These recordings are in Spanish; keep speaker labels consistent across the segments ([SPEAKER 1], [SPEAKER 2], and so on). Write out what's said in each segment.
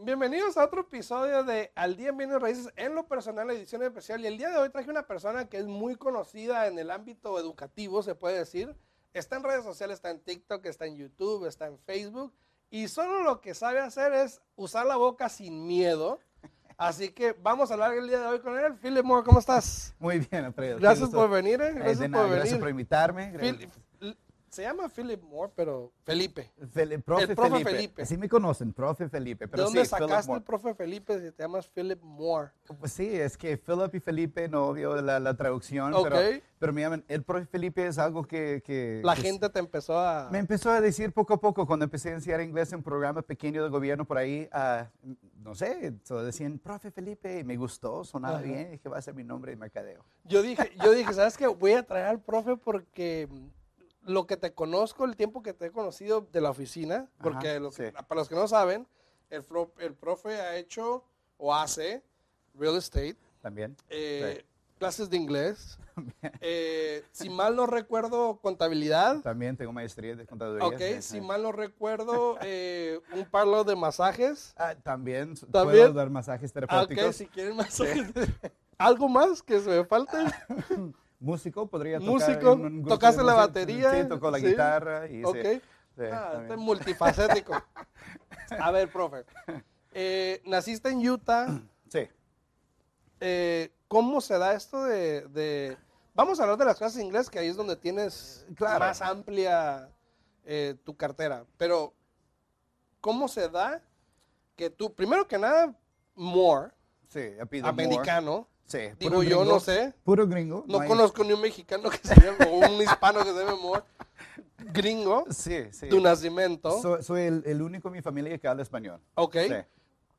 [SPEAKER 1] Bienvenidos a otro episodio de Al Día en Bienes Raíces, en lo personal, la edición especial. Y el día de hoy traje una persona que es muy conocida en el ámbito educativo, se puede decir. Está en redes sociales, está en TikTok, está en YouTube, está en Facebook. Y solo lo que sabe hacer es usar la boca sin miedo. Así que vamos a hablar el día de hoy con él. Philip Moore, ¿cómo estás?
[SPEAKER 2] Muy bien, Alfredo.
[SPEAKER 1] Gracias
[SPEAKER 2] Qué gusto.
[SPEAKER 1] por venir, eh.
[SPEAKER 2] Eh,
[SPEAKER 1] Gracias
[SPEAKER 2] de
[SPEAKER 1] por
[SPEAKER 2] nada,
[SPEAKER 1] venir.
[SPEAKER 2] gracias por invitarme.
[SPEAKER 1] Phil- se llama Philip Moore, pero Felipe.
[SPEAKER 2] Fel- profe
[SPEAKER 1] el profe
[SPEAKER 2] Felipe.
[SPEAKER 1] Felipe.
[SPEAKER 2] Así me conocen, profe Felipe.
[SPEAKER 1] ¿De
[SPEAKER 2] Pero
[SPEAKER 1] dónde
[SPEAKER 2] sí, Philip
[SPEAKER 1] sacaste el
[SPEAKER 2] Moore.
[SPEAKER 1] profe Felipe si te llamas Philip Moore?
[SPEAKER 2] Pues sí, es que Philip y Felipe, no vio la, la traducción,
[SPEAKER 1] Ok.
[SPEAKER 2] pero, pero me llaman, el profe Felipe es algo que... que-
[SPEAKER 1] La
[SPEAKER 2] que
[SPEAKER 1] gente te empezó a...
[SPEAKER 2] Pues, Me em- empezó a decir poco a poco, cuando empecé a enseñar inglés en un programa pequeño de gobierno por ahí, ah, no sé, todos decían, profe Felipe, y me gustó, sonaba
[SPEAKER 1] Ajá.
[SPEAKER 2] bien, dije, va a ser mi nombre de mercadeo.
[SPEAKER 1] Yo dije, yo dije, ¿sabes qué? Voy a traer al profe porque lo que te conozco, el tiempo que te he conocido de la oficina, porque
[SPEAKER 2] Ajá,
[SPEAKER 1] lo que-
[SPEAKER 2] sí.
[SPEAKER 1] para los que no saben, el, fro- el profe ha hecho o hace real estate,
[SPEAKER 2] También.
[SPEAKER 1] eh, clases de inglés, eh, si mal no recuerdo, contabilidad,
[SPEAKER 2] También tengo maestría de contaduría.
[SPEAKER 1] ok,
[SPEAKER 2] sí,
[SPEAKER 1] si
[SPEAKER 2] sí.
[SPEAKER 1] mal no recuerdo, eh, un palo de masajes,
[SPEAKER 2] Ah, también, s-
[SPEAKER 1] También.
[SPEAKER 2] puedo dar masajes
[SPEAKER 1] Ah, ok,
[SPEAKER 2] terapéuticos.
[SPEAKER 1] si quieren masajes. ¿Algo más que se me falte?
[SPEAKER 2] Músico, podría tocar.
[SPEAKER 1] Músico,
[SPEAKER 2] en un grupo
[SPEAKER 1] tocaste
[SPEAKER 2] de
[SPEAKER 1] la
[SPEAKER 2] música.
[SPEAKER 1] batería,
[SPEAKER 2] Sí, tocó la
[SPEAKER 1] sí.
[SPEAKER 2] guitarra. Y sí,
[SPEAKER 1] ok.
[SPEAKER 2] sí,
[SPEAKER 1] Ah,
[SPEAKER 2] también.
[SPEAKER 1] este es multifacético. A ver, profe. eh, naciste en Utah.
[SPEAKER 2] Sí.
[SPEAKER 1] eh, ¿Cómo se da esto de, de- Vamos a hablar de las clases de inglés, que ahí es donde tienes
[SPEAKER 2] Claro.
[SPEAKER 1] más amplia eh, tu cartera. Pero, ¿cómo se da que tú, primero que nada, Moore,
[SPEAKER 2] Sí, apellido Moore.
[SPEAKER 1] americano,
[SPEAKER 2] Sí,
[SPEAKER 1] digo
[SPEAKER 2] puro
[SPEAKER 1] yo,
[SPEAKER 2] gringo.
[SPEAKER 1] no sé.
[SPEAKER 2] Puro gringo.
[SPEAKER 1] no
[SPEAKER 2] hay-
[SPEAKER 1] conozco ni un mexicano que se llame, o un hispano que se llame Moore, gringo,
[SPEAKER 2] Sí, sí.
[SPEAKER 1] tu nacimiento,
[SPEAKER 2] Soy, soy el, el único en mi familia que habla español.
[SPEAKER 1] ¿ok?
[SPEAKER 2] Sí.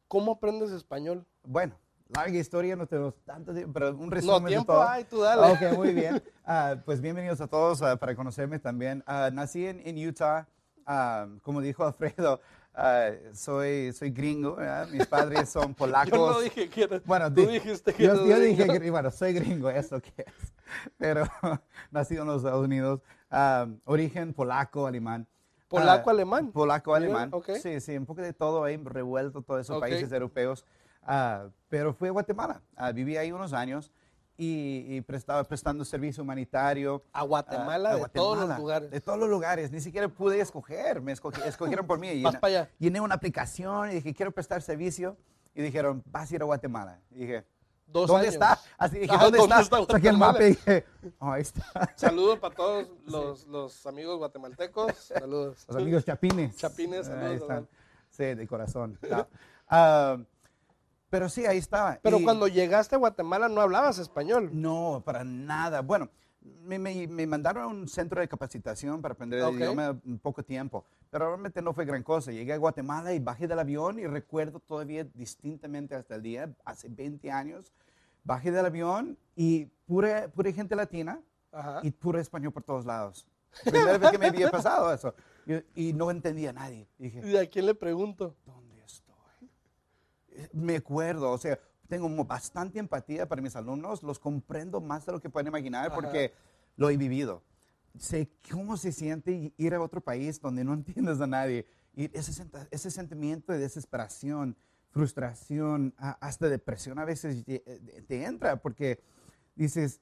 [SPEAKER 1] ¿Cómo aprendes español?
[SPEAKER 2] Bueno, larga historia, no tenemos tanto tiempo, pero un resumen
[SPEAKER 1] tiempo
[SPEAKER 2] de todo.
[SPEAKER 1] hay, tú dale.
[SPEAKER 2] Ok, muy bien. Ah, pues bienvenidos a todos ah, para conocerme también. Ah, nací en, en Utah, Ah, como dijo Alfredo, ah, soy, soy gringo, ¿verdad? mis padres son polacos.
[SPEAKER 1] Yo no dije que era.
[SPEAKER 2] Bueno,
[SPEAKER 1] tú
[SPEAKER 2] di-
[SPEAKER 1] dijiste que
[SPEAKER 2] yo,
[SPEAKER 1] eras
[SPEAKER 2] yo dije,
[SPEAKER 1] gringo.
[SPEAKER 2] gri- bueno, soy gringo, eso que es. Pero nacido en los Estados Unidos, ah, origen polaco, alemán.
[SPEAKER 1] Polaco,
[SPEAKER 2] Ah,
[SPEAKER 1] alemán.
[SPEAKER 2] Polaco,
[SPEAKER 1] Mira,
[SPEAKER 2] alemán.
[SPEAKER 1] ok.
[SPEAKER 2] Sí, sí, un poco de todo ahí revuelto, todos esos
[SPEAKER 1] Ok.
[SPEAKER 2] países europeos. Ah, pero fui a Guatemala, Ah, viví ahí unos años y, y prestaba prestando servicio humanitario.
[SPEAKER 1] A Guatemala,
[SPEAKER 2] Ah, a
[SPEAKER 1] de todos los
[SPEAKER 2] Guatemala,
[SPEAKER 1] lugares.
[SPEAKER 2] De todos los lugares, ni siquiera pude escoger, me escogi- escogieron por mí.
[SPEAKER 1] Vas
[SPEAKER 2] Llena-
[SPEAKER 1] para allá.
[SPEAKER 2] Llené una aplicación y dije, quiero prestar servicio. Y dijeron, vas a ir a Guatemala. Y dije,
[SPEAKER 1] Dos
[SPEAKER 2] ¿dónde
[SPEAKER 1] años.
[SPEAKER 2] está? Así dije,
[SPEAKER 1] Ajá,
[SPEAKER 2] ¿dónde,
[SPEAKER 1] ¿dónde
[SPEAKER 2] está?
[SPEAKER 1] está
[SPEAKER 2] Saqué el
[SPEAKER 1] Guatemala?
[SPEAKER 2] mapa y dije, oh, ahí está.
[SPEAKER 1] Saludos para todos los, los amigos guatemaltecos. Saludos.
[SPEAKER 2] Los amigos chapines.
[SPEAKER 1] Chapines,
[SPEAKER 2] Ahí
[SPEAKER 1] saludos,
[SPEAKER 2] están.
[SPEAKER 1] saludos.
[SPEAKER 2] Sí, de corazón. No. Ah, pero sí, ahí estaba.
[SPEAKER 1] Pero
[SPEAKER 2] Y-
[SPEAKER 1] cuando llegaste a Guatemala no hablabas español.
[SPEAKER 2] No, para nada. Bueno, me, me- me mandaron a un centro de capacitación para aprender
[SPEAKER 1] Ok.
[SPEAKER 2] el idioma en poco tiempo, pero realmente no fue gran cosa. Llegué a Guatemala y bajé del avión y recuerdo todavía distintamente hasta el día, hace 20 años, bajé del avión y pura, pura gente latina
[SPEAKER 1] Ajá.
[SPEAKER 2] y pura español por todos lados. Primera vez que me había pasado eso. Y, y no entendía a nadie. Dije,
[SPEAKER 1] ¿Y a quién le pregunto?
[SPEAKER 2] ¿dónde estoy? Eh, Me acuerdo, o sea, tengo mo- bastante empatía para mis alumnos, los comprendo más de lo que pueden imaginar
[SPEAKER 1] Ajá.
[SPEAKER 2] porque lo he vivido. Sé cómo se siente i- ir a otro país donde no entiendes a nadie. Y ese, senta- ese sentimiento de desesperación, frustración, a- hasta depresión a veces lle- eh, te entra porque dices,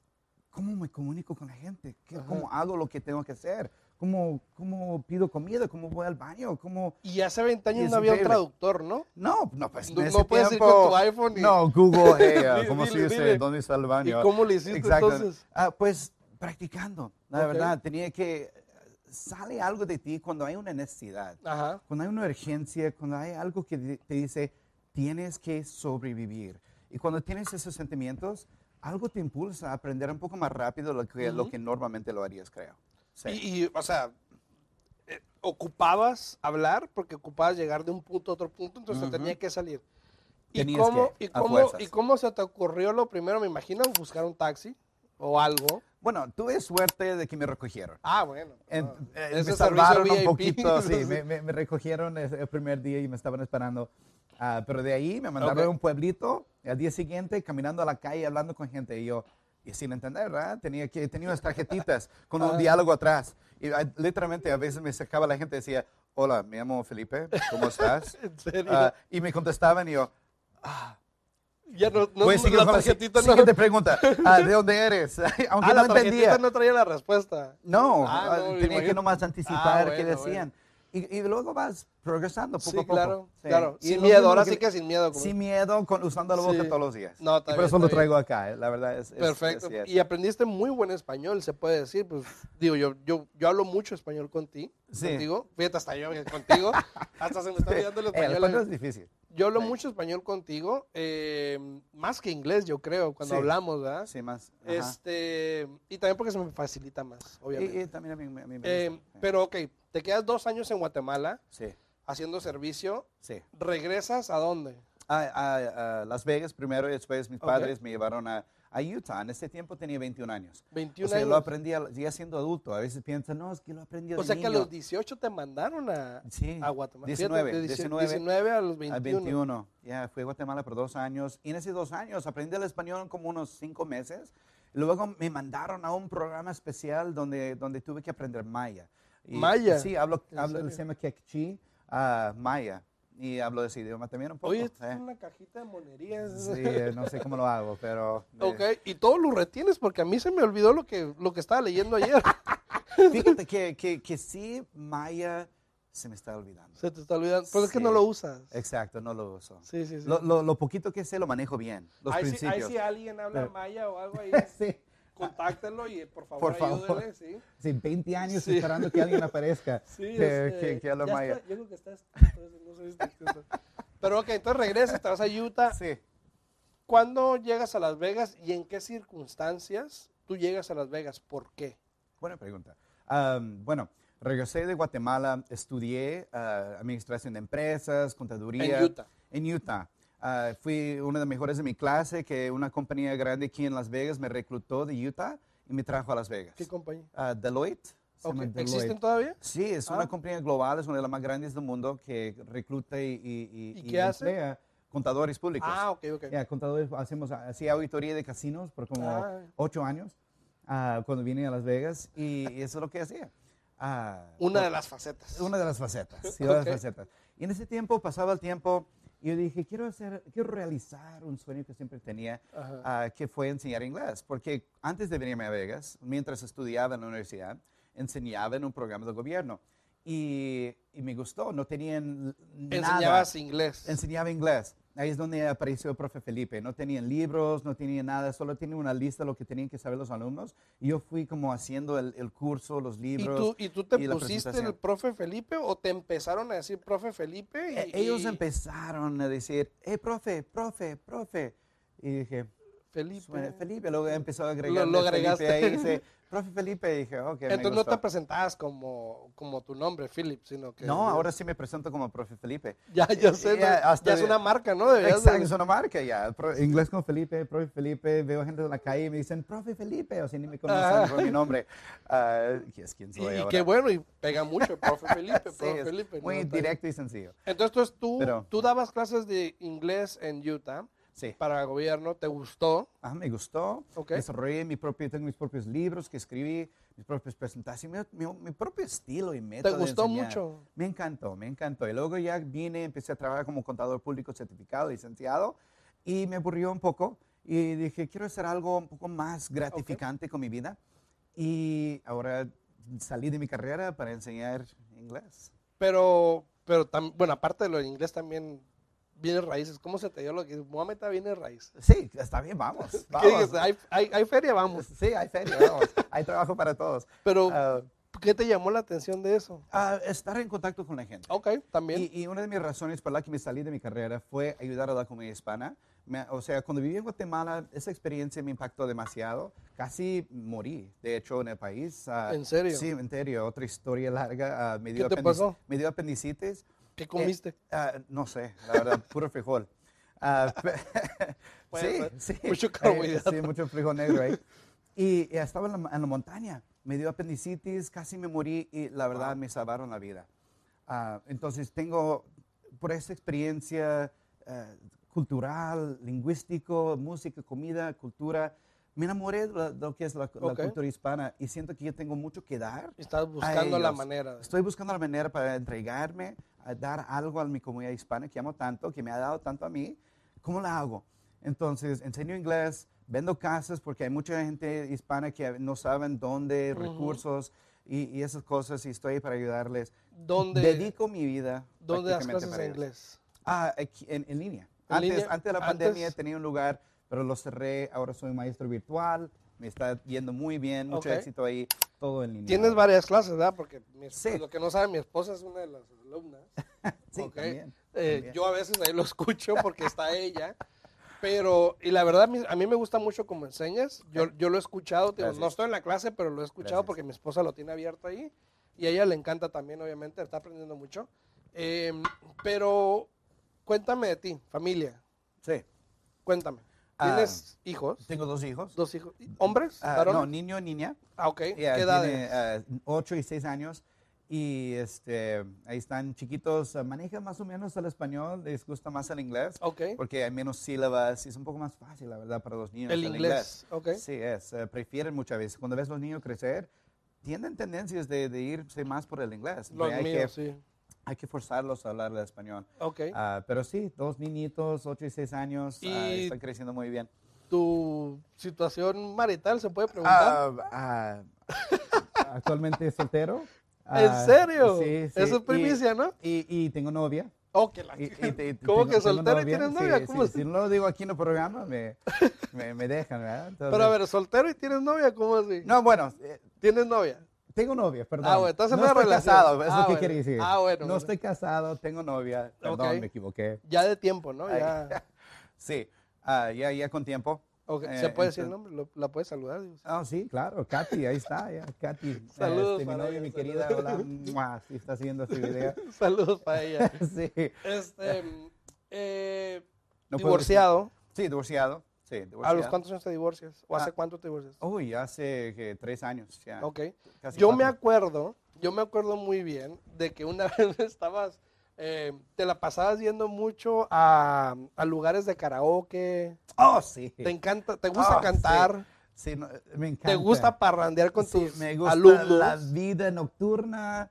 [SPEAKER 2] ¿cómo me comunico con la gente? ¿Qué-
[SPEAKER 1] Ajá.
[SPEAKER 2] ¿Cómo hago lo que tengo que hacer? ¿Cómo, ¿Cómo pido comida? ¿Cómo voy al baño? ¿Cómo,
[SPEAKER 1] Y hace 20 años
[SPEAKER 2] Es
[SPEAKER 1] no había un
[SPEAKER 2] increíble.
[SPEAKER 1] traductor, ¿no?
[SPEAKER 2] no, no, pues en
[SPEAKER 1] No-
[SPEAKER 2] ese
[SPEAKER 1] no puedes ir con
[SPEAKER 2] tiempo-
[SPEAKER 1] tu iPhone y-
[SPEAKER 2] No, Google, hey, ah,
[SPEAKER 1] Dile,
[SPEAKER 2] ¿cómo
[SPEAKER 1] dile,
[SPEAKER 2] se dice?
[SPEAKER 1] dile.
[SPEAKER 2] ¿Dónde está el baño?
[SPEAKER 1] ¿Y cómo le hiciste
[SPEAKER 2] Exacto.
[SPEAKER 1] entonces?
[SPEAKER 2] Ah, pues practicando, la
[SPEAKER 1] Ok.
[SPEAKER 2] verdad. Tenía que... Sale algo de ti cuando hay una necesidad,
[SPEAKER 1] Ajá.
[SPEAKER 2] cuando hay una urgencia, cuando hay algo que di- te dice, tienes que sobrevivir. Y cuando tienes esos sentimientos, algo te impulsa a aprender un poco más rápido lo que, lo
[SPEAKER 1] Ujú.
[SPEAKER 2] que normalmente lo harías, creo. Sí.
[SPEAKER 1] Y, y, o sea, eh, ocupabas hablar porque ocupabas llegar de un punto a otro punto, entonces te
[SPEAKER 2] Ujú.
[SPEAKER 1] tenía que salir. ¿Y
[SPEAKER 2] Tenías
[SPEAKER 1] cómo,
[SPEAKER 2] que,
[SPEAKER 1] y,
[SPEAKER 2] a
[SPEAKER 1] cómo,
[SPEAKER 2] fuerzas.
[SPEAKER 1] ¿Y cómo se te ocurrió lo primero? Me imagino buscar un taxi o algo.
[SPEAKER 2] Bueno, tuve suerte de que me recogieron.
[SPEAKER 1] Ah, bueno.
[SPEAKER 2] En-
[SPEAKER 1] ah,
[SPEAKER 2] eh,
[SPEAKER 1] ese servicio
[SPEAKER 2] me salvaron un
[SPEAKER 1] VIP,
[SPEAKER 2] poquito, sí,
[SPEAKER 1] entonces,
[SPEAKER 2] me, me- me recogieron el, el primer día y me estaban esperando. Ah, pero de ahí me mandaron
[SPEAKER 1] Ok.
[SPEAKER 2] a un pueblito, y al día siguiente caminando a la calle hablando con gente y yo, y sin entender, ¿verdad? Tenía, que, tenía unas tarjetitas con
[SPEAKER 1] Ah.
[SPEAKER 2] un diálogo atrás. Y ah, literalmente a veces me sacaba la gente y decía, hola, me llamo Felipe, ¿cómo estás?
[SPEAKER 1] En serio.
[SPEAKER 2] Ah, y me contestaban y yo,
[SPEAKER 1] ya no, no,
[SPEAKER 2] pues
[SPEAKER 1] no,
[SPEAKER 2] sigue
[SPEAKER 1] la
[SPEAKER 2] con la si-
[SPEAKER 1] tarjetita no.
[SPEAKER 2] siguiente pregunta, Ah, ¿de dónde eres? Aunque
[SPEAKER 1] Ah, la
[SPEAKER 2] no entendía.
[SPEAKER 1] tarjetita no traía la respuesta.
[SPEAKER 2] No,
[SPEAKER 1] Ah,
[SPEAKER 2] ah,
[SPEAKER 1] no,
[SPEAKER 2] tenía que
[SPEAKER 1] imagínate.
[SPEAKER 2] nomás
[SPEAKER 1] Ah,
[SPEAKER 2] anticipar qué
[SPEAKER 1] bueno,
[SPEAKER 2] decían. Y, y luego vas progresando poco
[SPEAKER 1] Sí,
[SPEAKER 2] a poco.
[SPEAKER 1] claro,
[SPEAKER 2] Sí.
[SPEAKER 1] claro.
[SPEAKER 2] Sí,
[SPEAKER 1] sin
[SPEAKER 2] lo
[SPEAKER 1] miedo,
[SPEAKER 2] mismo
[SPEAKER 1] ahora sí que sin miedo. como-
[SPEAKER 2] Sin miedo, con, usando la boca
[SPEAKER 1] Sí.
[SPEAKER 2] todos los días.
[SPEAKER 1] No,
[SPEAKER 2] Y
[SPEAKER 1] está
[SPEAKER 2] por
[SPEAKER 1] bien,
[SPEAKER 2] eso
[SPEAKER 1] está
[SPEAKER 2] lo
[SPEAKER 1] bien.
[SPEAKER 2] traigo acá, eh, la verdad. Es, es-
[SPEAKER 1] Perfecto.
[SPEAKER 2] es cierto.
[SPEAKER 1] y aprendiste muy buen español, se puede decir. Pues digo, yo, yo, yo hablo mucho español con ti,
[SPEAKER 2] Sí.
[SPEAKER 1] contigo. Fíjate, hasta yo eh, contigo. hasta se me está olvidando el
[SPEAKER 2] Eh, el
[SPEAKER 1] español.
[SPEAKER 2] español es difícil.
[SPEAKER 1] Yo hablo mucho español contigo, eh, más que inglés, yo creo, cuando
[SPEAKER 2] Sí.
[SPEAKER 1] hablamos, ¿verdad?
[SPEAKER 2] Sí, más. ajá.
[SPEAKER 1] Este, y también porque se me facilita más,
[SPEAKER 2] Y-
[SPEAKER 1] obviamente.
[SPEAKER 2] y, también a mí, me- a mí me
[SPEAKER 1] Eh,
[SPEAKER 2] gusta. Sí.
[SPEAKER 1] pero ok, te quedas dos años en Guatemala
[SPEAKER 2] Sí,
[SPEAKER 1] haciendo servicio,
[SPEAKER 2] sí.
[SPEAKER 1] regresas a dónde?
[SPEAKER 2] A, a- a Las Vegas primero y después mis
[SPEAKER 1] Ok.
[SPEAKER 2] padres me llevaron a, a Utah. En ese tiempo tenía 21 años.
[SPEAKER 1] 21
[SPEAKER 2] O sea,
[SPEAKER 1] años.
[SPEAKER 2] lo aprendí a- ya siendo adulto. A veces piensan, no, es que lo aprendí de
[SPEAKER 1] o sea que a
[SPEAKER 2] niño".
[SPEAKER 1] los 18 te mandaron a,
[SPEAKER 2] Sí,
[SPEAKER 1] a Guatemala.
[SPEAKER 2] 19,
[SPEAKER 1] Ah, de
[SPEAKER 2] 19,
[SPEAKER 1] 19 a los 21.
[SPEAKER 2] A 21. Ya, fui a Guatemala por dos años. Y en esos dos años aprendí el español en como unos cinco meses. Luego me mandaron a un programa especial donde, donde tuve que aprender maya. Y-
[SPEAKER 1] ¿Maya?
[SPEAKER 2] Sí, hablo,
[SPEAKER 1] ¿En
[SPEAKER 2] hablo
[SPEAKER 1] serio?
[SPEAKER 2] se llama quechí, ah, maya. Y hablo de ese idioma también un poco.
[SPEAKER 1] Oye, esta
[SPEAKER 2] eh.
[SPEAKER 1] es una cajita de monerías.
[SPEAKER 2] Sí, eh, no sé cómo lo hago, pero... eh,
[SPEAKER 1] Ok, y todo lo retienes porque a mí se me olvidó lo que, lo que estaba leyendo ayer.
[SPEAKER 2] Fíjate que, que, que sí, maya se me está olvidando.
[SPEAKER 1] se te está olvidando. Pero es que no
[SPEAKER 2] Sí.
[SPEAKER 1] lo usas.
[SPEAKER 2] Exacto, no lo uso.
[SPEAKER 1] Sí, sí, sí.
[SPEAKER 2] Lo, lo- lo poquito que sé lo manejo bien, los
[SPEAKER 1] ahí, si,
[SPEAKER 2] principios. Eh.
[SPEAKER 1] alguien habla
[SPEAKER 2] Pero-
[SPEAKER 1] maya o algo ahí,
[SPEAKER 2] Sí.
[SPEAKER 1] contáctenlo y por favor,
[SPEAKER 2] Por favor.
[SPEAKER 1] ayúdenle, sí.
[SPEAKER 2] Sí, 20 años
[SPEAKER 1] Sí.
[SPEAKER 2] esperando que alguien aparezca.
[SPEAKER 1] Sí,
[SPEAKER 2] que,
[SPEAKER 1] este,
[SPEAKER 2] que, que habla
[SPEAKER 1] ya
[SPEAKER 2] maya.
[SPEAKER 1] está- yo creo que estás. no sé si estás- Pero ok, entonces regresas, te vas a Utah.
[SPEAKER 2] Ah, Sí.
[SPEAKER 1] ¿Cuándo llegas a Las Vegas y en qué circunstancias tú llegas a Las Vegas? ¿Por qué?
[SPEAKER 2] Buena pregunta. Am, bueno, regresé de Guatemala, estudié ah, administración de empresas, contaduría.
[SPEAKER 1] En Utah.
[SPEAKER 2] En Utah. Ah, fui una de las mejores de mi clase, que una compañía grande aquí en Las Vegas me reclutó de Utah y me trajo a Las Vegas.
[SPEAKER 1] ¿Qué compañía?
[SPEAKER 2] Ah, Deloitte. se
[SPEAKER 1] Ok,
[SPEAKER 2] llama
[SPEAKER 1] ¿Existen
[SPEAKER 2] Deloitte.
[SPEAKER 1] todavía?
[SPEAKER 2] Sí, es una
[SPEAKER 1] Ah.
[SPEAKER 2] compañía global, es una de las más grandes del mundo que recluta y, y,
[SPEAKER 1] ¿Y qué hace?
[SPEAKER 2] emplea contadores públicos.
[SPEAKER 1] Ah, ok, ok.
[SPEAKER 2] Ya, contadores, hacemos así auditoría de casinos por como
[SPEAKER 1] Ah.
[SPEAKER 2] ocho años ah, cuando vine a Las Vegas y, y eso es lo que hacía. Ah, pues,
[SPEAKER 1] Una de las facetas.
[SPEAKER 2] una de las facetas, sí, una de
[SPEAKER 1] Ok.
[SPEAKER 2] las facetas. Y en ese tiempo, pasaba el tiempo, y yo dije, quiero, hacer, quiero realizar un sueño que siempre tenía,
[SPEAKER 1] Ajá.
[SPEAKER 2] ah, que fue enseñar inglés. Porque antes de venirme a Vegas, mientras estudiaba en la universidad, enseñaba en un programa del gobierno. Y, y me gustó, no tenían nada
[SPEAKER 1] Enseñabas inglés.
[SPEAKER 2] enseñaba inglés. Ahí es donde apareció el profe Felipe. No tenían libros, no tenían nada, solo tenía una lista de lo que tenían que saber los alumnos. Y yo fui como haciendo el, el curso, los
[SPEAKER 1] ¿Y
[SPEAKER 2] libros.
[SPEAKER 1] tú, ¿Y tú te
[SPEAKER 2] y la
[SPEAKER 1] pusiste el
[SPEAKER 2] presentación.
[SPEAKER 1] profe Felipe o te empezaron a decir profe Felipe?
[SPEAKER 2] E-
[SPEAKER 1] y-
[SPEAKER 2] Ellos
[SPEAKER 1] y-
[SPEAKER 2] empezaron a decir, hey, profe, profe, profe. Y dije,
[SPEAKER 1] Felipe.
[SPEAKER 2] "Suena Felipe. Luego empezó a agregar
[SPEAKER 1] lo
[SPEAKER 2] Felipe
[SPEAKER 1] agregaste.
[SPEAKER 2] ahí. Dice, profe Felipe. Y dije, ok, me
[SPEAKER 1] Entonces no te
[SPEAKER 2] gustó".
[SPEAKER 1] presentabas como, como tu nombre, Philip, sino que...
[SPEAKER 2] No, ahora sí me presento como profe Felipe.
[SPEAKER 1] Ya, ya sé, ¿no?
[SPEAKER 2] Ya, hasta
[SPEAKER 1] ya es
[SPEAKER 2] de-
[SPEAKER 1] una marca, ¿no? Deberías de-
[SPEAKER 2] Exacto, es una marca ya. Pro- inglés con Felipe, profe Felipe. Veo gente en la calle y me dicen, profe Felipe. O sea, ni me
[SPEAKER 1] Ah.
[SPEAKER 2] conocen por mi nombre. Ah, ¿quién es quién
[SPEAKER 1] Y,
[SPEAKER 2] soy
[SPEAKER 1] y
[SPEAKER 2] ahora?
[SPEAKER 1] qué bueno, y pega mucho, profe Felipe,
[SPEAKER 2] Sí,
[SPEAKER 1] profe
[SPEAKER 2] es
[SPEAKER 1] Felipe.
[SPEAKER 2] Muy
[SPEAKER 1] ¿no? Está bien.
[SPEAKER 2] directo y sencillo.
[SPEAKER 1] Entonces tú,
[SPEAKER 2] Pero-
[SPEAKER 1] tú dabas clases de inglés en Utah
[SPEAKER 2] Sí.
[SPEAKER 1] para gobierno, ¿te gustó?
[SPEAKER 2] Ah, me gustó.
[SPEAKER 1] Ok.
[SPEAKER 2] Desarrollé mi propio, tengo mis propios libros que escribí, mis propias presentaciones, mi, mi- mi propio estilo y método. de
[SPEAKER 1] gustó
[SPEAKER 2] enseñar.
[SPEAKER 1] mucho?
[SPEAKER 2] Me encantó, me encantó. Y luego ya vine, empecé a trabajar como contador público certificado, licenciado, y me aburrió un poco. Y dije, quiero hacer algo un poco más gratificante con mi vida. Y ahora salí de mi carrera para enseñar inglés.
[SPEAKER 1] Pero, pero tam- bueno, aparte de lo de inglés también viene raíces. ¿Cómo se te dio lo que Mohamed viene raíces?
[SPEAKER 2] Sí, está bien, vamos.
[SPEAKER 1] ¿Qué
[SPEAKER 2] vamos.
[SPEAKER 1] dices? Hay, hay- hay feria, vamos.
[SPEAKER 2] Sí, hay feria, vamos. hay trabajo para todos.
[SPEAKER 1] Pero,
[SPEAKER 2] Ah,
[SPEAKER 1] ¿qué te llamó la atención de eso?
[SPEAKER 2] a estar en contacto con la gente.
[SPEAKER 1] Ok, también.
[SPEAKER 2] Y, y una de mis razones por la que me salí de mi carrera fue ayudar a la comunidad hispana. Me- o sea, cuando viví en Guatemala, esa experiencia me impactó demasiado. Casi morí, de hecho, en el país. Ah,
[SPEAKER 1] ¿En serio?
[SPEAKER 2] Sí, en serio. Otra historia larga. Ah, me dio
[SPEAKER 1] ¿Qué te pasó?
[SPEAKER 2] Me dio apendicitis.
[SPEAKER 1] ¿Qué comiste?
[SPEAKER 2] Ah, no sé, la verdad, puro frijol. Ah, pe-
[SPEAKER 1] Puede
[SPEAKER 2] sí,
[SPEAKER 1] ser. pues, Mucho
[SPEAKER 2] eh,
[SPEAKER 1] carbohidrato.
[SPEAKER 2] sí, mucho frijol negro ahí. Y, y estaba en la, en la montaña, me dio apendicitis, casi me morí y la verdad me salvaron la vida. Ah, entonces tengo, por esta experiencia eh, cultural, lingüístico, música, comida, cultura, me enamoré de lo- de lo que es la, la
[SPEAKER 1] Ok.
[SPEAKER 2] cultura hispana y siento que yo tengo mucho que dar.
[SPEAKER 1] Estás buscando la
[SPEAKER 2] ellos.
[SPEAKER 1] manera. de-
[SPEAKER 2] Estoy buscando la manera para entregarme, a dar algo a mi comunidad hispana que amo tanto, que me ha dado tanto a mí. ¿Cómo la hago? Entonces, enseño inglés, vendo casas porque hay mucha gente hispana que no saben dónde, recursos y, y esas cosas y estoy para ayudarles.
[SPEAKER 1] ¿Dónde,
[SPEAKER 2] Dedico mi vida.
[SPEAKER 1] dónde das
[SPEAKER 2] prácticamente
[SPEAKER 1] clases
[SPEAKER 2] para
[SPEAKER 1] de
[SPEAKER 2] ellos.
[SPEAKER 1] inglés?
[SPEAKER 2] Ah, aquí- en, en línea.
[SPEAKER 1] ¿En
[SPEAKER 2] antes,
[SPEAKER 1] línea?
[SPEAKER 2] antes de la
[SPEAKER 1] Antes-
[SPEAKER 2] pandemia tenía un lugar, pero lo cerré. Ahora soy maestro virtual. Me está yendo muy bien, mucho
[SPEAKER 1] Ok.
[SPEAKER 2] éxito ahí. Todo en línea.
[SPEAKER 1] Tienes
[SPEAKER 2] ahora.
[SPEAKER 1] varias clases, ¿verdad? Porque mi esp-
[SPEAKER 2] Sí.
[SPEAKER 1] lo que no sabe mi esposa es una de las alumnas.
[SPEAKER 2] Sí,
[SPEAKER 1] Ok.
[SPEAKER 2] también,
[SPEAKER 1] Eh,
[SPEAKER 2] también.
[SPEAKER 1] Yo a veces ahí lo escucho porque está ella. Pero, y la verdad, mi- a mí me gusta mucho como enseñas. Yo, yo lo he escuchado, te digo, no
[SPEAKER 2] Gracias.
[SPEAKER 1] estoy en la clase, pero lo he escuchado
[SPEAKER 2] Gracias.
[SPEAKER 1] porque mi esposa lo tiene abierto ahí. Y a ella le encanta también, obviamente, está aprendiendo mucho. Eh, pero cuéntame de ti, familia.
[SPEAKER 2] Sí.
[SPEAKER 1] Cuéntame.
[SPEAKER 2] Ah.
[SPEAKER 1] ¿Tienes hijos?
[SPEAKER 2] Tengo dos hijos.
[SPEAKER 1] ¿Dos hijos? ¿Hombres?
[SPEAKER 2] Ah,
[SPEAKER 1] ¿Varones?
[SPEAKER 2] no, niño, niña.
[SPEAKER 1] Ah, ok. ¿Qué
[SPEAKER 2] Ya, tiene,
[SPEAKER 1] edades?
[SPEAKER 2] ah, ocho y seis años. Y este, ahí están chiquitos. ah, Manejan más o menos el español. Les gusta más el inglés.
[SPEAKER 1] ok.
[SPEAKER 2] Porque hay menos sílabas y es un poco más fácil, la verdad, para los niños.
[SPEAKER 1] El inglés, ok.
[SPEAKER 2] Sí, es. eh, prefieren muchas veces. Cuando ves los niños crecer, tienen tendencias de, de irse más por el inglés.
[SPEAKER 1] Los
[SPEAKER 2] hay,
[SPEAKER 1] míos,
[SPEAKER 2] que,
[SPEAKER 1] sí.
[SPEAKER 2] hay que forzarlos a hablar el español.
[SPEAKER 1] Ok.
[SPEAKER 2] Ah, pero sí, dos niñitos, 8 y 6 años, ah,
[SPEAKER 1] Y-
[SPEAKER 2] están creciendo muy bien.
[SPEAKER 1] ¿Tu situación marital se puede preguntar?
[SPEAKER 2] Ah, ah, actualmente soltero. Ah,
[SPEAKER 1] ¿En serio?
[SPEAKER 2] Sí, sí,
[SPEAKER 1] Eso es
[SPEAKER 2] y-
[SPEAKER 1] primicia, ¿no?
[SPEAKER 2] Y, y tengo novia.
[SPEAKER 1] Oh, que la-
[SPEAKER 2] Y- y te- te-
[SPEAKER 1] ¿Cómo
[SPEAKER 2] tengo-
[SPEAKER 1] que
[SPEAKER 2] tengo
[SPEAKER 1] soltero y tienes
[SPEAKER 2] Sí,
[SPEAKER 1] novia?
[SPEAKER 2] sí,
[SPEAKER 1] ¿Cómo es?
[SPEAKER 2] si no lo digo aquí en el programa, me, me, me dejan, ¿verdad? Entonces-
[SPEAKER 1] Pero a ver, soltero y tienes novia, ¿cómo así?
[SPEAKER 2] No, bueno, eh,
[SPEAKER 1] ¿Tienes novia?
[SPEAKER 2] tengo novia, perdón.
[SPEAKER 1] Ah, bueno, entonces
[SPEAKER 2] no
[SPEAKER 1] una
[SPEAKER 2] estoy
[SPEAKER 1] relación.
[SPEAKER 2] casado, es
[SPEAKER 1] Ah,
[SPEAKER 2] lo que
[SPEAKER 1] bueno.
[SPEAKER 2] quiere decir.
[SPEAKER 1] Ah, bueno,
[SPEAKER 2] No
[SPEAKER 1] bueno.
[SPEAKER 2] estoy casado, tengo novia. Perdón,
[SPEAKER 1] Ok.
[SPEAKER 2] me equivoqué.
[SPEAKER 1] Ya de tiempo, ¿no?
[SPEAKER 2] Ay.
[SPEAKER 1] Ya.
[SPEAKER 2] Sí, ah, ya, ya con tiempo.
[SPEAKER 1] Ok, ¿Se puede
[SPEAKER 2] Eh,
[SPEAKER 1] decir el
[SPEAKER 2] entonces-
[SPEAKER 1] nombre? ¿Lo- ¿La puedes saludar? Digo,
[SPEAKER 2] Ah, sí, claro, Katy, ahí está, ya, Katy. eh,
[SPEAKER 1] Saludos
[SPEAKER 2] este, mi
[SPEAKER 1] para
[SPEAKER 2] novia,
[SPEAKER 1] ella,
[SPEAKER 2] mi
[SPEAKER 1] saludos.
[SPEAKER 2] querida, hola, mua, si está haciendo este video.
[SPEAKER 1] Saludos para ella.
[SPEAKER 2] sí.
[SPEAKER 1] Este, mm, eh,
[SPEAKER 2] No puedo
[SPEAKER 1] divorciado.
[SPEAKER 2] decir- Sí, divorciado. Sí,
[SPEAKER 1] ¿A
[SPEAKER 2] divorciado.
[SPEAKER 1] los cuántos años te divorcias? ¿O
[SPEAKER 2] Ah.
[SPEAKER 1] hace cuánto te divorcias?
[SPEAKER 2] Uy, hace que, tres años ya.
[SPEAKER 1] Ok.
[SPEAKER 2] casi
[SPEAKER 1] Yo me
[SPEAKER 2] cuatro.
[SPEAKER 1] acuerdo, yo me acuerdo muy bien de que una vez estabas, eh, te la pasabas yendo mucho a, a lugares de karaoke.
[SPEAKER 2] Oh, sí.
[SPEAKER 1] Te encanta, te gusta
[SPEAKER 2] Ah, sí.
[SPEAKER 1] cantar,
[SPEAKER 2] Sí, no, me encanta.
[SPEAKER 1] te gusta parrandear con
[SPEAKER 2] Sí,
[SPEAKER 1] tus
[SPEAKER 2] me gusta
[SPEAKER 1] alumnos.
[SPEAKER 2] la vida nocturna,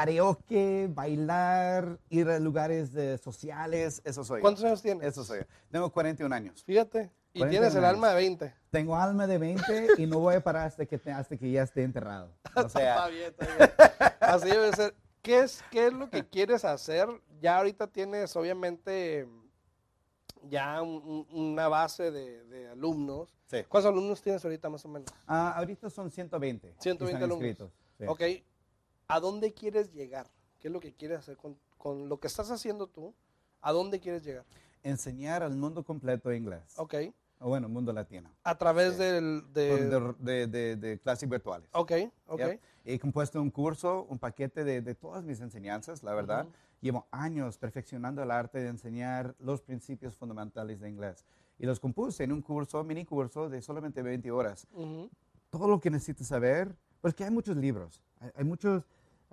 [SPEAKER 2] karaoke, bailar, ir a lugares eh, sociales, eso soy. yo.
[SPEAKER 1] ¿Cuántos años tienes?
[SPEAKER 2] Eso soy. yo. Tengo 41 años.
[SPEAKER 1] Fíjate, y
[SPEAKER 2] 40
[SPEAKER 1] tienes el
[SPEAKER 2] años.
[SPEAKER 1] alma de 20.
[SPEAKER 2] Tengo alma de 20 y no voy a parar hasta que, te- hasta que ya esté enterrado. O
[SPEAKER 1] Está
[SPEAKER 2] sea,
[SPEAKER 1] bien, está bien. Así debe ser. ¿Qué es, ¿Qué es lo que quieres hacer? Ya ahorita tienes, obviamente, ya un- un- una base de, de alumnos.
[SPEAKER 2] sí.
[SPEAKER 1] ¿Cuántos alumnos tienes ahorita más o menos?
[SPEAKER 2] Ah, ahorita son 120. que
[SPEAKER 1] 120
[SPEAKER 2] están
[SPEAKER 1] alumnos.
[SPEAKER 2] inscritos. Sí.
[SPEAKER 1] Ok, ¿a dónde quieres llegar? ¿Qué es lo que quieres hacer con, con lo que estás haciendo tú? ¿A dónde quieres llegar?
[SPEAKER 2] Enseñar al mundo completo inglés.
[SPEAKER 1] Ok,
[SPEAKER 2] O bueno, mundo latino.
[SPEAKER 1] a través
[SPEAKER 2] Sí.
[SPEAKER 1] del...
[SPEAKER 2] Por-
[SPEAKER 1] De,
[SPEAKER 2] De, de- de- de clases virtuales.
[SPEAKER 1] Eh, ok, ok.
[SPEAKER 2] Yep. He compuesto un curso, un paquete de, de todas mis enseñanzas, la verdad.
[SPEAKER 1] Ujú.
[SPEAKER 2] Llevo años perfeccionando el arte de enseñar los principios fundamentales de inglés. Y los compuse en un curso, mini curso de solamente 20 horas.
[SPEAKER 1] Ujú.
[SPEAKER 2] Todo lo que necesitas saber, porque hay muchos libros, hay, hay muchas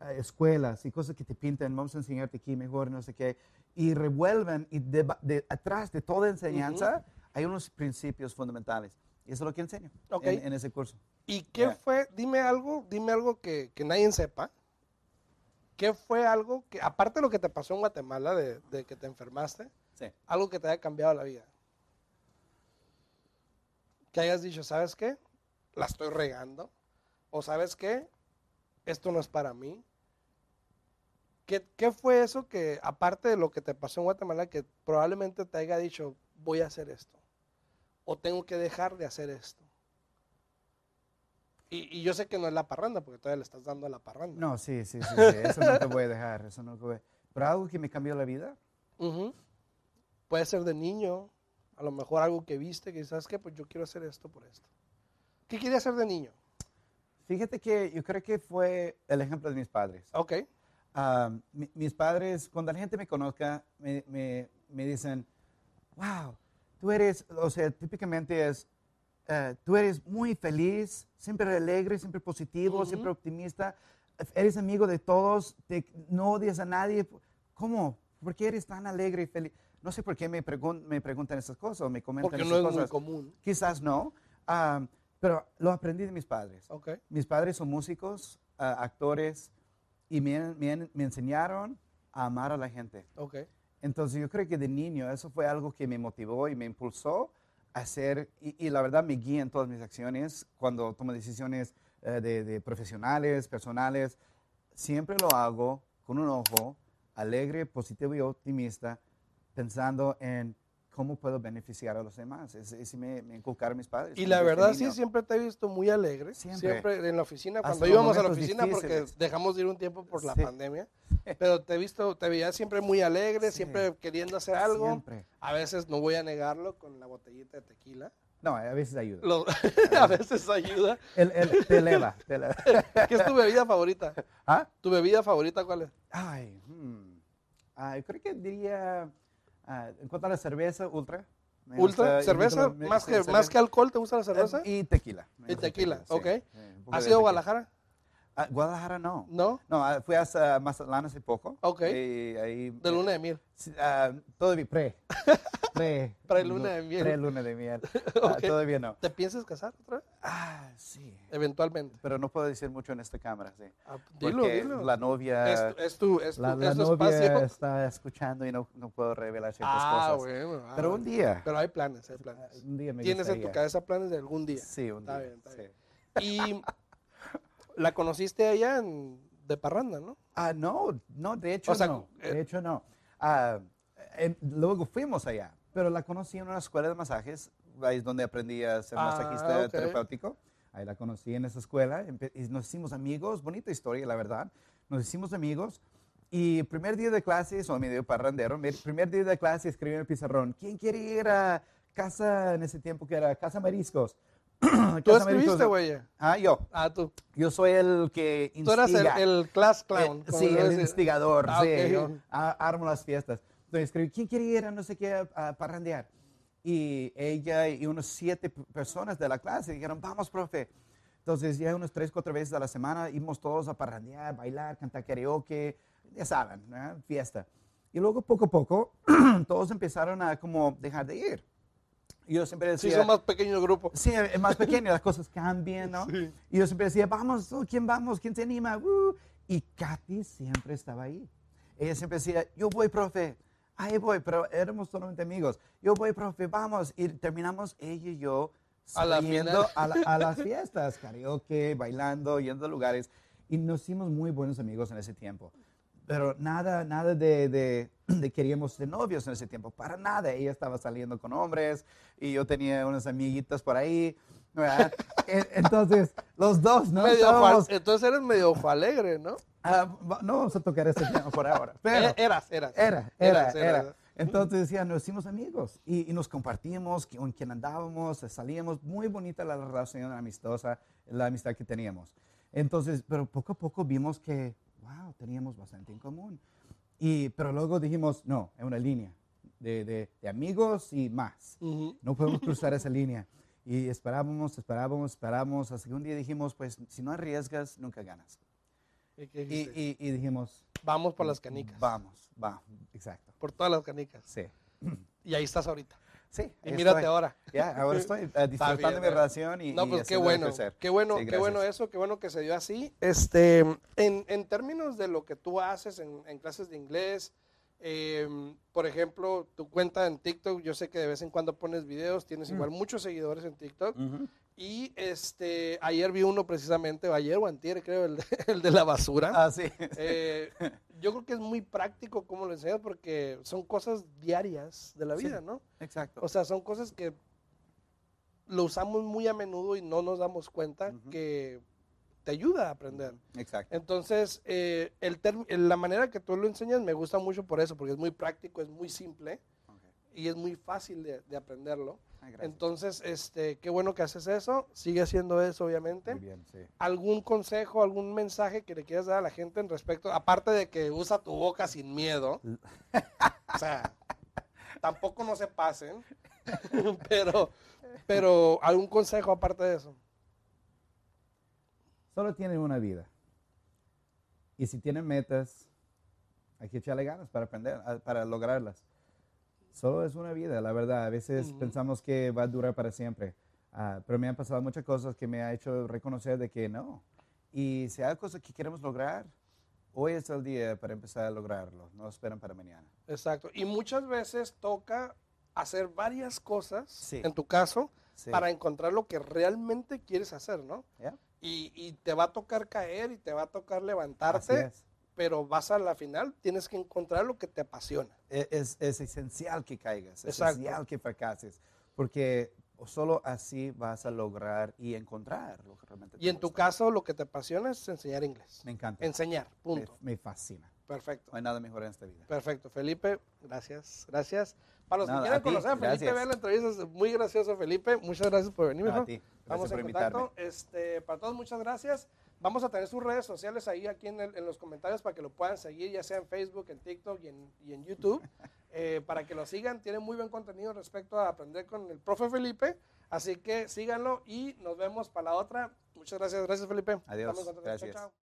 [SPEAKER 2] eh, escuelas y cosas que te pintan, vamos a enseñarte aquí mejor, no sé qué. Y revuelven, y de, de- atrás de toda enseñanza hay unos principios fundamentales. Y eso es lo que enseño
[SPEAKER 1] Ok.
[SPEAKER 2] en, en ese curso.
[SPEAKER 1] ¿Y qué
[SPEAKER 2] Yeah.
[SPEAKER 1] fue? Dime algo, dime algo que, que nadie sepa. ¿Qué fue algo que, aparte de lo que te pasó en Guatemala, de, de que te enfermaste,
[SPEAKER 2] Sí.
[SPEAKER 1] algo que te haya cambiado la vida? Que hayas dicho, ¿sabes qué? La estoy regando. O ¿sabes qué? Esto no es para mí. ¿Qué, qué fue eso que, aparte de lo que te pasó en Guatemala, que probablemente te haya dicho, voy a hacer esto? O tengo que dejar de hacer esto. Y, y yo sé que no es la parranda, porque todavía le estás dando a la parranda.
[SPEAKER 2] No, sí, sí, sí, sí, Eso no te voy a dejar. Eso no te voy a- Pero algo que me cambió la vida.
[SPEAKER 1] Ujú. Puede ser de niño, a lo mejor algo que viste, que sabes que pues yo quiero hacer esto por esto. ¿Qué quería hacer de niño?
[SPEAKER 2] Fíjate que yo creo que fue el ejemplo de mis padres.
[SPEAKER 1] Ok,
[SPEAKER 2] Ah, mi- mis padres, cuando la gente me conozca, me, me- me dicen, wow, tú eres, o sea, típicamente es, eh, tú eres muy feliz, siempre alegre, siempre positivo,
[SPEAKER 1] Ujú.
[SPEAKER 2] siempre optimista, eres amigo de todos, te- no odias a nadie. ¿Cómo? ¿Por qué eres tan alegre y feliz? No sé por qué me, pregun- me preguntan esas cosas o me comentan
[SPEAKER 1] porque
[SPEAKER 2] esas
[SPEAKER 1] no es
[SPEAKER 2] cosas.
[SPEAKER 1] muy común.
[SPEAKER 2] Quizás no, Ah, pero lo aprendí de mis padres.
[SPEAKER 1] Ok.
[SPEAKER 2] Mis padres son músicos, ah, actores, y me, han- me han- me enseñaron a amar a la gente.
[SPEAKER 1] Ok.
[SPEAKER 2] Entonces yo creo que de niño eso fue algo que me motivó y me impulsó a hacer, y, y la verdad me guía en todas mis acciones cuando tomo decisiones eh, de, de profesionales, personales. Siempre lo hago con un ojo alegre, positivo y optimista, pensando en cómo puedo beneficiar a los demás. Es, es- me, me inculcaron mis padres.
[SPEAKER 1] Y la
[SPEAKER 2] desde
[SPEAKER 1] verdad,
[SPEAKER 2] niño.
[SPEAKER 1] sí, siempre te he visto muy alegre. Siempre.
[SPEAKER 2] Siempre.
[SPEAKER 1] en la oficina,
[SPEAKER 2] Hasta
[SPEAKER 1] cuando
[SPEAKER 2] los
[SPEAKER 1] íbamos a la
[SPEAKER 2] momentos
[SPEAKER 1] oficina, porque
[SPEAKER 2] difíciles.
[SPEAKER 1] dejamos de ir un tiempo por la
[SPEAKER 2] Sí.
[SPEAKER 1] pandemia. Pero te he visto, te veía siempre muy alegre,
[SPEAKER 2] Sí.
[SPEAKER 1] siempre queriendo hacer algo.
[SPEAKER 2] Siempre.
[SPEAKER 1] A veces, no voy a negarlo, con la botellita de tequila.
[SPEAKER 2] No, a veces ayuda.
[SPEAKER 1] Lo- a veces ayuda.
[SPEAKER 2] El- el- te eleva, te eleva.
[SPEAKER 1] ¿Qué es tu bebida favorita?
[SPEAKER 2] ¿Ah?
[SPEAKER 1] ¿Tu bebida favorita cuál es?
[SPEAKER 2] Ay, hmm. Ah, creo que diría, ah, en cuanto a la cerveza, ultra. Me gusta-
[SPEAKER 1] ¿Ultra?
[SPEAKER 2] y
[SPEAKER 1] ¿Cerveza?
[SPEAKER 2] me-
[SPEAKER 1] ¿Más
[SPEAKER 2] sí,
[SPEAKER 1] que,
[SPEAKER 2] cerveza.
[SPEAKER 1] ¿Más que alcohol te gusta la cerveza?
[SPEAKER 2] Eh, Y tequila. me
[SPEAKER 1] Y
[SPEAKER 2] gusta
[SPEAKER 1] tequila, ok.
[SPEAKER 2] un poco
[SPEAKER 1] ¿Has
[SPEAKER 2] de
[SPEAKER 1] ido a
[SPEAKER 2] tequila.
[SPEAKER 1] Guadalajara?
[SPEAKER 2] Ah, Guadalajara no.
[SPEAKER 1] ¿No?
[SPEAKER 2] No, ah, fui hasta Mazatlán hace poco.
[SPEAKER 1] Ok.
[SPEAKER 2] Y ahí,
[SPEAKER 1] De luna de miel.
[SPEAKER 2] Sí, ah, todavía pre. Pre.
[SPEAKER 1] Pre-luna de
[SPEAKER 2] no,
[SPEAKER 1] miel.
[SPEAKER 2] Pre-luna de miel. Ah,
[SPEAKER 1] Ok.
[SPEAKER 2] todavía no.
[SPEAKER 1] ¿Te piensas casar otra vez?
[SPEAKER 2] Ah, sí.
[SPEAKER 1] Eventualmente.
[SPEAKER 2] Pero no puedo decir mucho en esta cámara, sí.
[SPEAKER 1] Ah, dilo,
[SPEAKER 2] Porque
[SPEAKER 1] dilo.
[SPEAKER 2] La novia.
[SPEAKER 1] es, tu- es tu, es tu,
[SPEAKER 2] La, la
[SPEAKER 1] es Pues tu
[SPEAKER 2] novia
[SPEAKER 1] espacio.
[SPEAKER 2] está escuchando y no, no puedo revelar ciertas
[SPEAKER 1] ah,
[SPEAKER 2] cosas.
[SPEAKER 1] bueno. ah,
[SPEAKER 2] Pero un
[SPEAKER 1] bueno.
[SPEAKER 2] día.
[SPEAKER 1] Pero hay planes, hay planes.
[SPEAKER 2] un día me
[SPEAKER 1] Tienes en tu
[SPEAKER 2] gustaría.
[SPEAKER 1] cabeza planes de algún día.
[SPEAKER 2] Sí, un
[SPEAKER 1] Está
[SPEAKER 2] día.
[SPEAKER 1] bien, está
[SPEAKER 2] sí.
[SPEAKER 1] bien. Y la conociste allá en, de parranda, ¿no?
[SPEAKER 2] Ah, no, no, de hecho
[SPEAKER 1] O sea,
[SPEAKER 2] no.
[SPEAKER 1] eh,
[SPEAKER 2] De hecho no. Ah, em, luego fuimos allá, pero la conocí en una escuela de masajes, ahí es donde aprendí a ser
[SPEAKER 1] Ah,
[SPEAKER 2] masajista
[SPEAKER 1] ok.
[SPEAKER 2] terapéutico. Ahí la conocí en esa escuela empe- y nos hicimos amigos, bonita historia, la verdad. Nos hicimos amigos y primer día de clases, o medio parrandero, mi primer día de clase escribí en el pizarrón, ¿quién quiere ir a casa en ese tiempo que era Casa Mariscos?
[SPEAKER 1] Tú
[SPEAKER 2] Casa
[SPEAKER 1] escribiste,
[SPEAKER 2] Mariscos-
[SPEAKER 1] güey.
[SPEAKER 2] Ah, yo.
[SPEAKER 1] Ah, tú.
[SPEAKER 2] Yo soy el que
[SPEAKER 1] Tú eras el,
[SPEAKER 2] instiga.
[SPEAKER 1] el class clown.
[SPEAKER 2] Eh,
[SPEAKER 1] como
[SPEAKER 2] sí,
[SPEAKER 1] le
[SPEAKER 2] el
[SPEAKER 1] dicen.
[SPEAKER 2] instigador,
[SPEAKER 1] Ah,
[SPEAKER 2] sí,
[SPEAKER 1] ok.
[SPEAKER 2] yo a- armo las fiestas. Entonces escribí, ¿quién quiere ir a no sé qué a, a parrandear? Y ella y unos siete p- personas de la clase dijeron, vamos, profe. Entonces ya unos tres, cuatro veces a la semana íbamos todos a parrandear, bailar, cantar karaoke, ya saben, ¿no? fiesta. Y luego poco a poco todos empezaron a como dejar de ir. Y Yo siempre
[SPEAKER 1] Sí,
[SPEAKER 2] decía,
[SPEAKER 1] son más pequeño grupo.
[SPEAKER 2] Sí, es más pequeño, las cosas cambian, ¿no?
[SPEAKER 1] Sí.
[SPEAKER 2] Y yo siempre decía, vamos, oh, ¿quién vamos? ¿Quién se anima? Uh, Y Katy siempre estaba ahí. Ella siempre decía, yo voy, profe, ahí voy, pero éramos solamente amigos. Yo voy, profe, vamos. Y terminamos ella y yo
[SPEAKER 1] A la
[SPEAKER 2] saliendo
[SPEAKER 1] final.
[SPEAKER 2] a, la- a las fiestas, karaoke, bailando, yendo a lugares. Y nos hicimos muy buenos amigos en ese tiempo. Pero nada, nada de, de, de queríamos ser novios en ese tiempo, para nada. Ella estaba saliendo con hombres y yo tenía unas amiguitas por ahí. ¿verdad? E- Entonces, los dos, ¿no?
[SPEAKER 1] Medio
[SPEAKER 2] Estábamos-
[SPEAKER 1] ojo- entonces eres medio ojo alegre, ¿no?
[SPEAKER 2] Ah, va- no vamos a tocar ese tema por ahora. Pero
[SPEAKER 1] Eh, eras, eras.
[SPEAKER 2] era, era,
[SPEAKER 1] Eras, eras.
[SPEAKER 2] era. Entonces ya nos hicimos amigos y, y nos compartimos con quién andábamos, eh, salíamos. Muy bonita la relación amistosa, la amistad que teníamos. Entonces, pero poco a poco vimos que, wow, teníamos bastante en común. Y, pero luego dijimos, no, es una línea de, de- de amigos y más.
[SPEAKER 1] Ujú.
[SPEAKER 2] No podemos cruzar esa línea. Y esperábamos, esperábamos, esperábamos. Hasta que un día dijimos, pues si no arriesgas, nunca ganas.
[SPEAKER 1] ¿Y qué
[SPEAKER 2] Y,
[SPEAKER 1] dijiste?
[SPEAKER 2] y- y dijimos,
[SPEAKER 1] Vamos por las canicas.
[SPEAKER 2] Mm, Vamos, vamos, exacto.
[SPEAKER 1] Por todas las canicas.
[SPEAKER 2] Sí.
[SPEAKER 1] Y ahí estás ahorita.
[SPEAKER 2] Sí.
[SPEAKER 1] Y
[SPEAKER 2] ahí
[SPEAKER 1] mírate
[SPEAKER 2] estoy.
[SPEAKER 1] ahora.
[SPEAKER 2] Ya, ahora estoy eh, disfrutando
[SPEAKER 1] bien,
[SPEAKER 2] de mi
[SPEAKER 1] ¿verdad?
[SPEAKER 2] relación y.
[SPEAKER 1] No,
[SPEAKER 2] y
[SPEAKER 1] pues qué
[SPEAKER 2] haciéndola
[SPEAKER 1] bueno,
[SPEAKER 2] crecer.
[SPEAKER 1] qué bueno,
[SPEAKER 2] Sí,
[SPEAKER 1] qué bueno
[SPEAKER 2] gracias.
[SPEAKER 1] eso, qué bueno que se dio así. Este, en, en términos de lo que tú haces en, en clases de inglés, em, por ejemplo, tu cuenta en TikTok, yo sé que de vez en cuando pones videos, tienes
[SPEAKER 2] Mm.
[SPEAKER 1] igual muchos seguidores en TikTok.
[SPEAKER 2] Ujú.
[SPEAKER 1] Y este, ayer vi uno precisamente, o ayer o antier, creo, el de, el de la basura.
[SPEAKER 2] Ah, sí.
[SPEAKER 1] Eh, yo creo que es muy práctico cómo lo enseñas porque son cosas diarias de la
[SPEAKER 2] Sí.
[SPEAKER 1] vida, ¿no?
[SPEAKER 2] Exacto.
[SPEAKER 1] O sea, son cosas que lo usamos muy a menudo y no nos damos cuenta
[SPEAKER 2] Ujú.
[SPEAKER 1] que te ayuda a aprender.
[SPEAKER 2] Exacto.
[SPEAKER 1] Entonces, eh, el term- el- la manera que tú lo enseñas me gusta mucho por eso, porque es muy práctico, es muy simple
[SPEAKER 2] Ok.
[SPEAKER 1] y es muy fácil de, de aprenderlo.
[SPEAKER 2] Ah, gracias.
[SPEAKER 1] Entonces, este, qué bueno que haces eso, sigue haciendo eso, obviamente.
[SPEAKER 2] Muy bien, sí.
[SPEAKER 1] ¿Algún consejo, algún mensaje que le quieras dar a la gente en respecto, aparte de que usa tu boca sin miedo? O sea, tampoco no se pasen, pero, pero algún consejo aparte de eso.
[SPEAKER 2] Solo tienen una vida. Y si tienen metas, hay que echarle ganas para aprender, ah, para lograrlas. Solo es una vida, la verdad. A veces
[SPEAKER 1] Ujú.
[SPEAKER 2] pensamos que va a durar para siempre. Ah, pero me han pasado muchas cosas que me ha hecho reconocer de que no. Y si hay cosas que queremos lograr, hoy es el día para empezar a lograrlo. No esperan para mañana.
[SPEAKER 1] Exacto. Y muchas veces toca hacer varias cosas,
[SPEAKER 2] Sí.
[SPEAKER 1] en tu caso,
[SPEAKER 2] Sí.
[SPEAKER 1] para encontrar lo que realmente quieres hacer, ¿no?
[SPEAKER 2] Yeah,
[SPEAKER 1] Y, y te va a tocar caer y te va a tocar
[SPEAKER 2] así
[SPEAKER 1] levantarte,
[SPEAKER 2] es.
[SPEAKER 1] pero vas a la final, tienes que encontrar lo que te apasiona.
[SPEAKER 2] E- Es, es esencial que caigas, es
[SPEAKER 1] Exacto.
[SPEAKER 2] esencial que fracases, porque solo así vas a lograr y encontrar lo que realmente te
[SPEAKER 1] Y en tu
[SPEAKER 2] gusta.
[SPEAKER 1] caso, lo que te apasiona es enseñar inglés.
[SPEAKER 2] Me encanta.
[SPEAKER 1] Enseñar,
[SPEAKER 2] me,
[SPEAKER 1] punto.
[SPEAKER 2] me fascina.
[SPEAKER 1] Perfecto.
[SPEAKER 2] No hay nada mejor en esta vida.
[SPEAKER 1] Perfecto, Felipe, gracias, gracias. Para los
[SPEAKER 2] Nada,
[SPEAKER 1] que quieran
[SPEAKER 2] a ti,
[SPEAKER 1] conocer a Felipe,
[SPEAKER 2] gracias.
[SPEAKER 1] vean la entrevista, es muy gracioso Felipe, muchas gracias por venir.
[SPEAKER 2] No, a
[SPEAKER 1] mijo.
[SPEAKER 2] ti. Gracias
[SPEAKER 1] Estamos
[SPEAKER 2] por
[SPEAKER 1] en
[SPEAKER 2] invitarme.
[SPEAKER 1] contacto. Este, para todos, muchas gracias. Vamos a tener sus redes sociales ahí aquí en, el- en los comentarios para que lo puedan seguir, ya sea en Facebook, en TikTok y en, y en YouTube, eh, para que lo sigan. Tiene muy buen contenido respecto a aprender con el profe Felipe, así que síganlo y nos vemos para la otra. Muchas gracias, gracias Felipe.
[SPEAKER 2] Adiós,
[SPEAKER 1] Estamos en contacto. Chao,
[SPEAKER 2] gracias.
[SPEAKER 1] chao.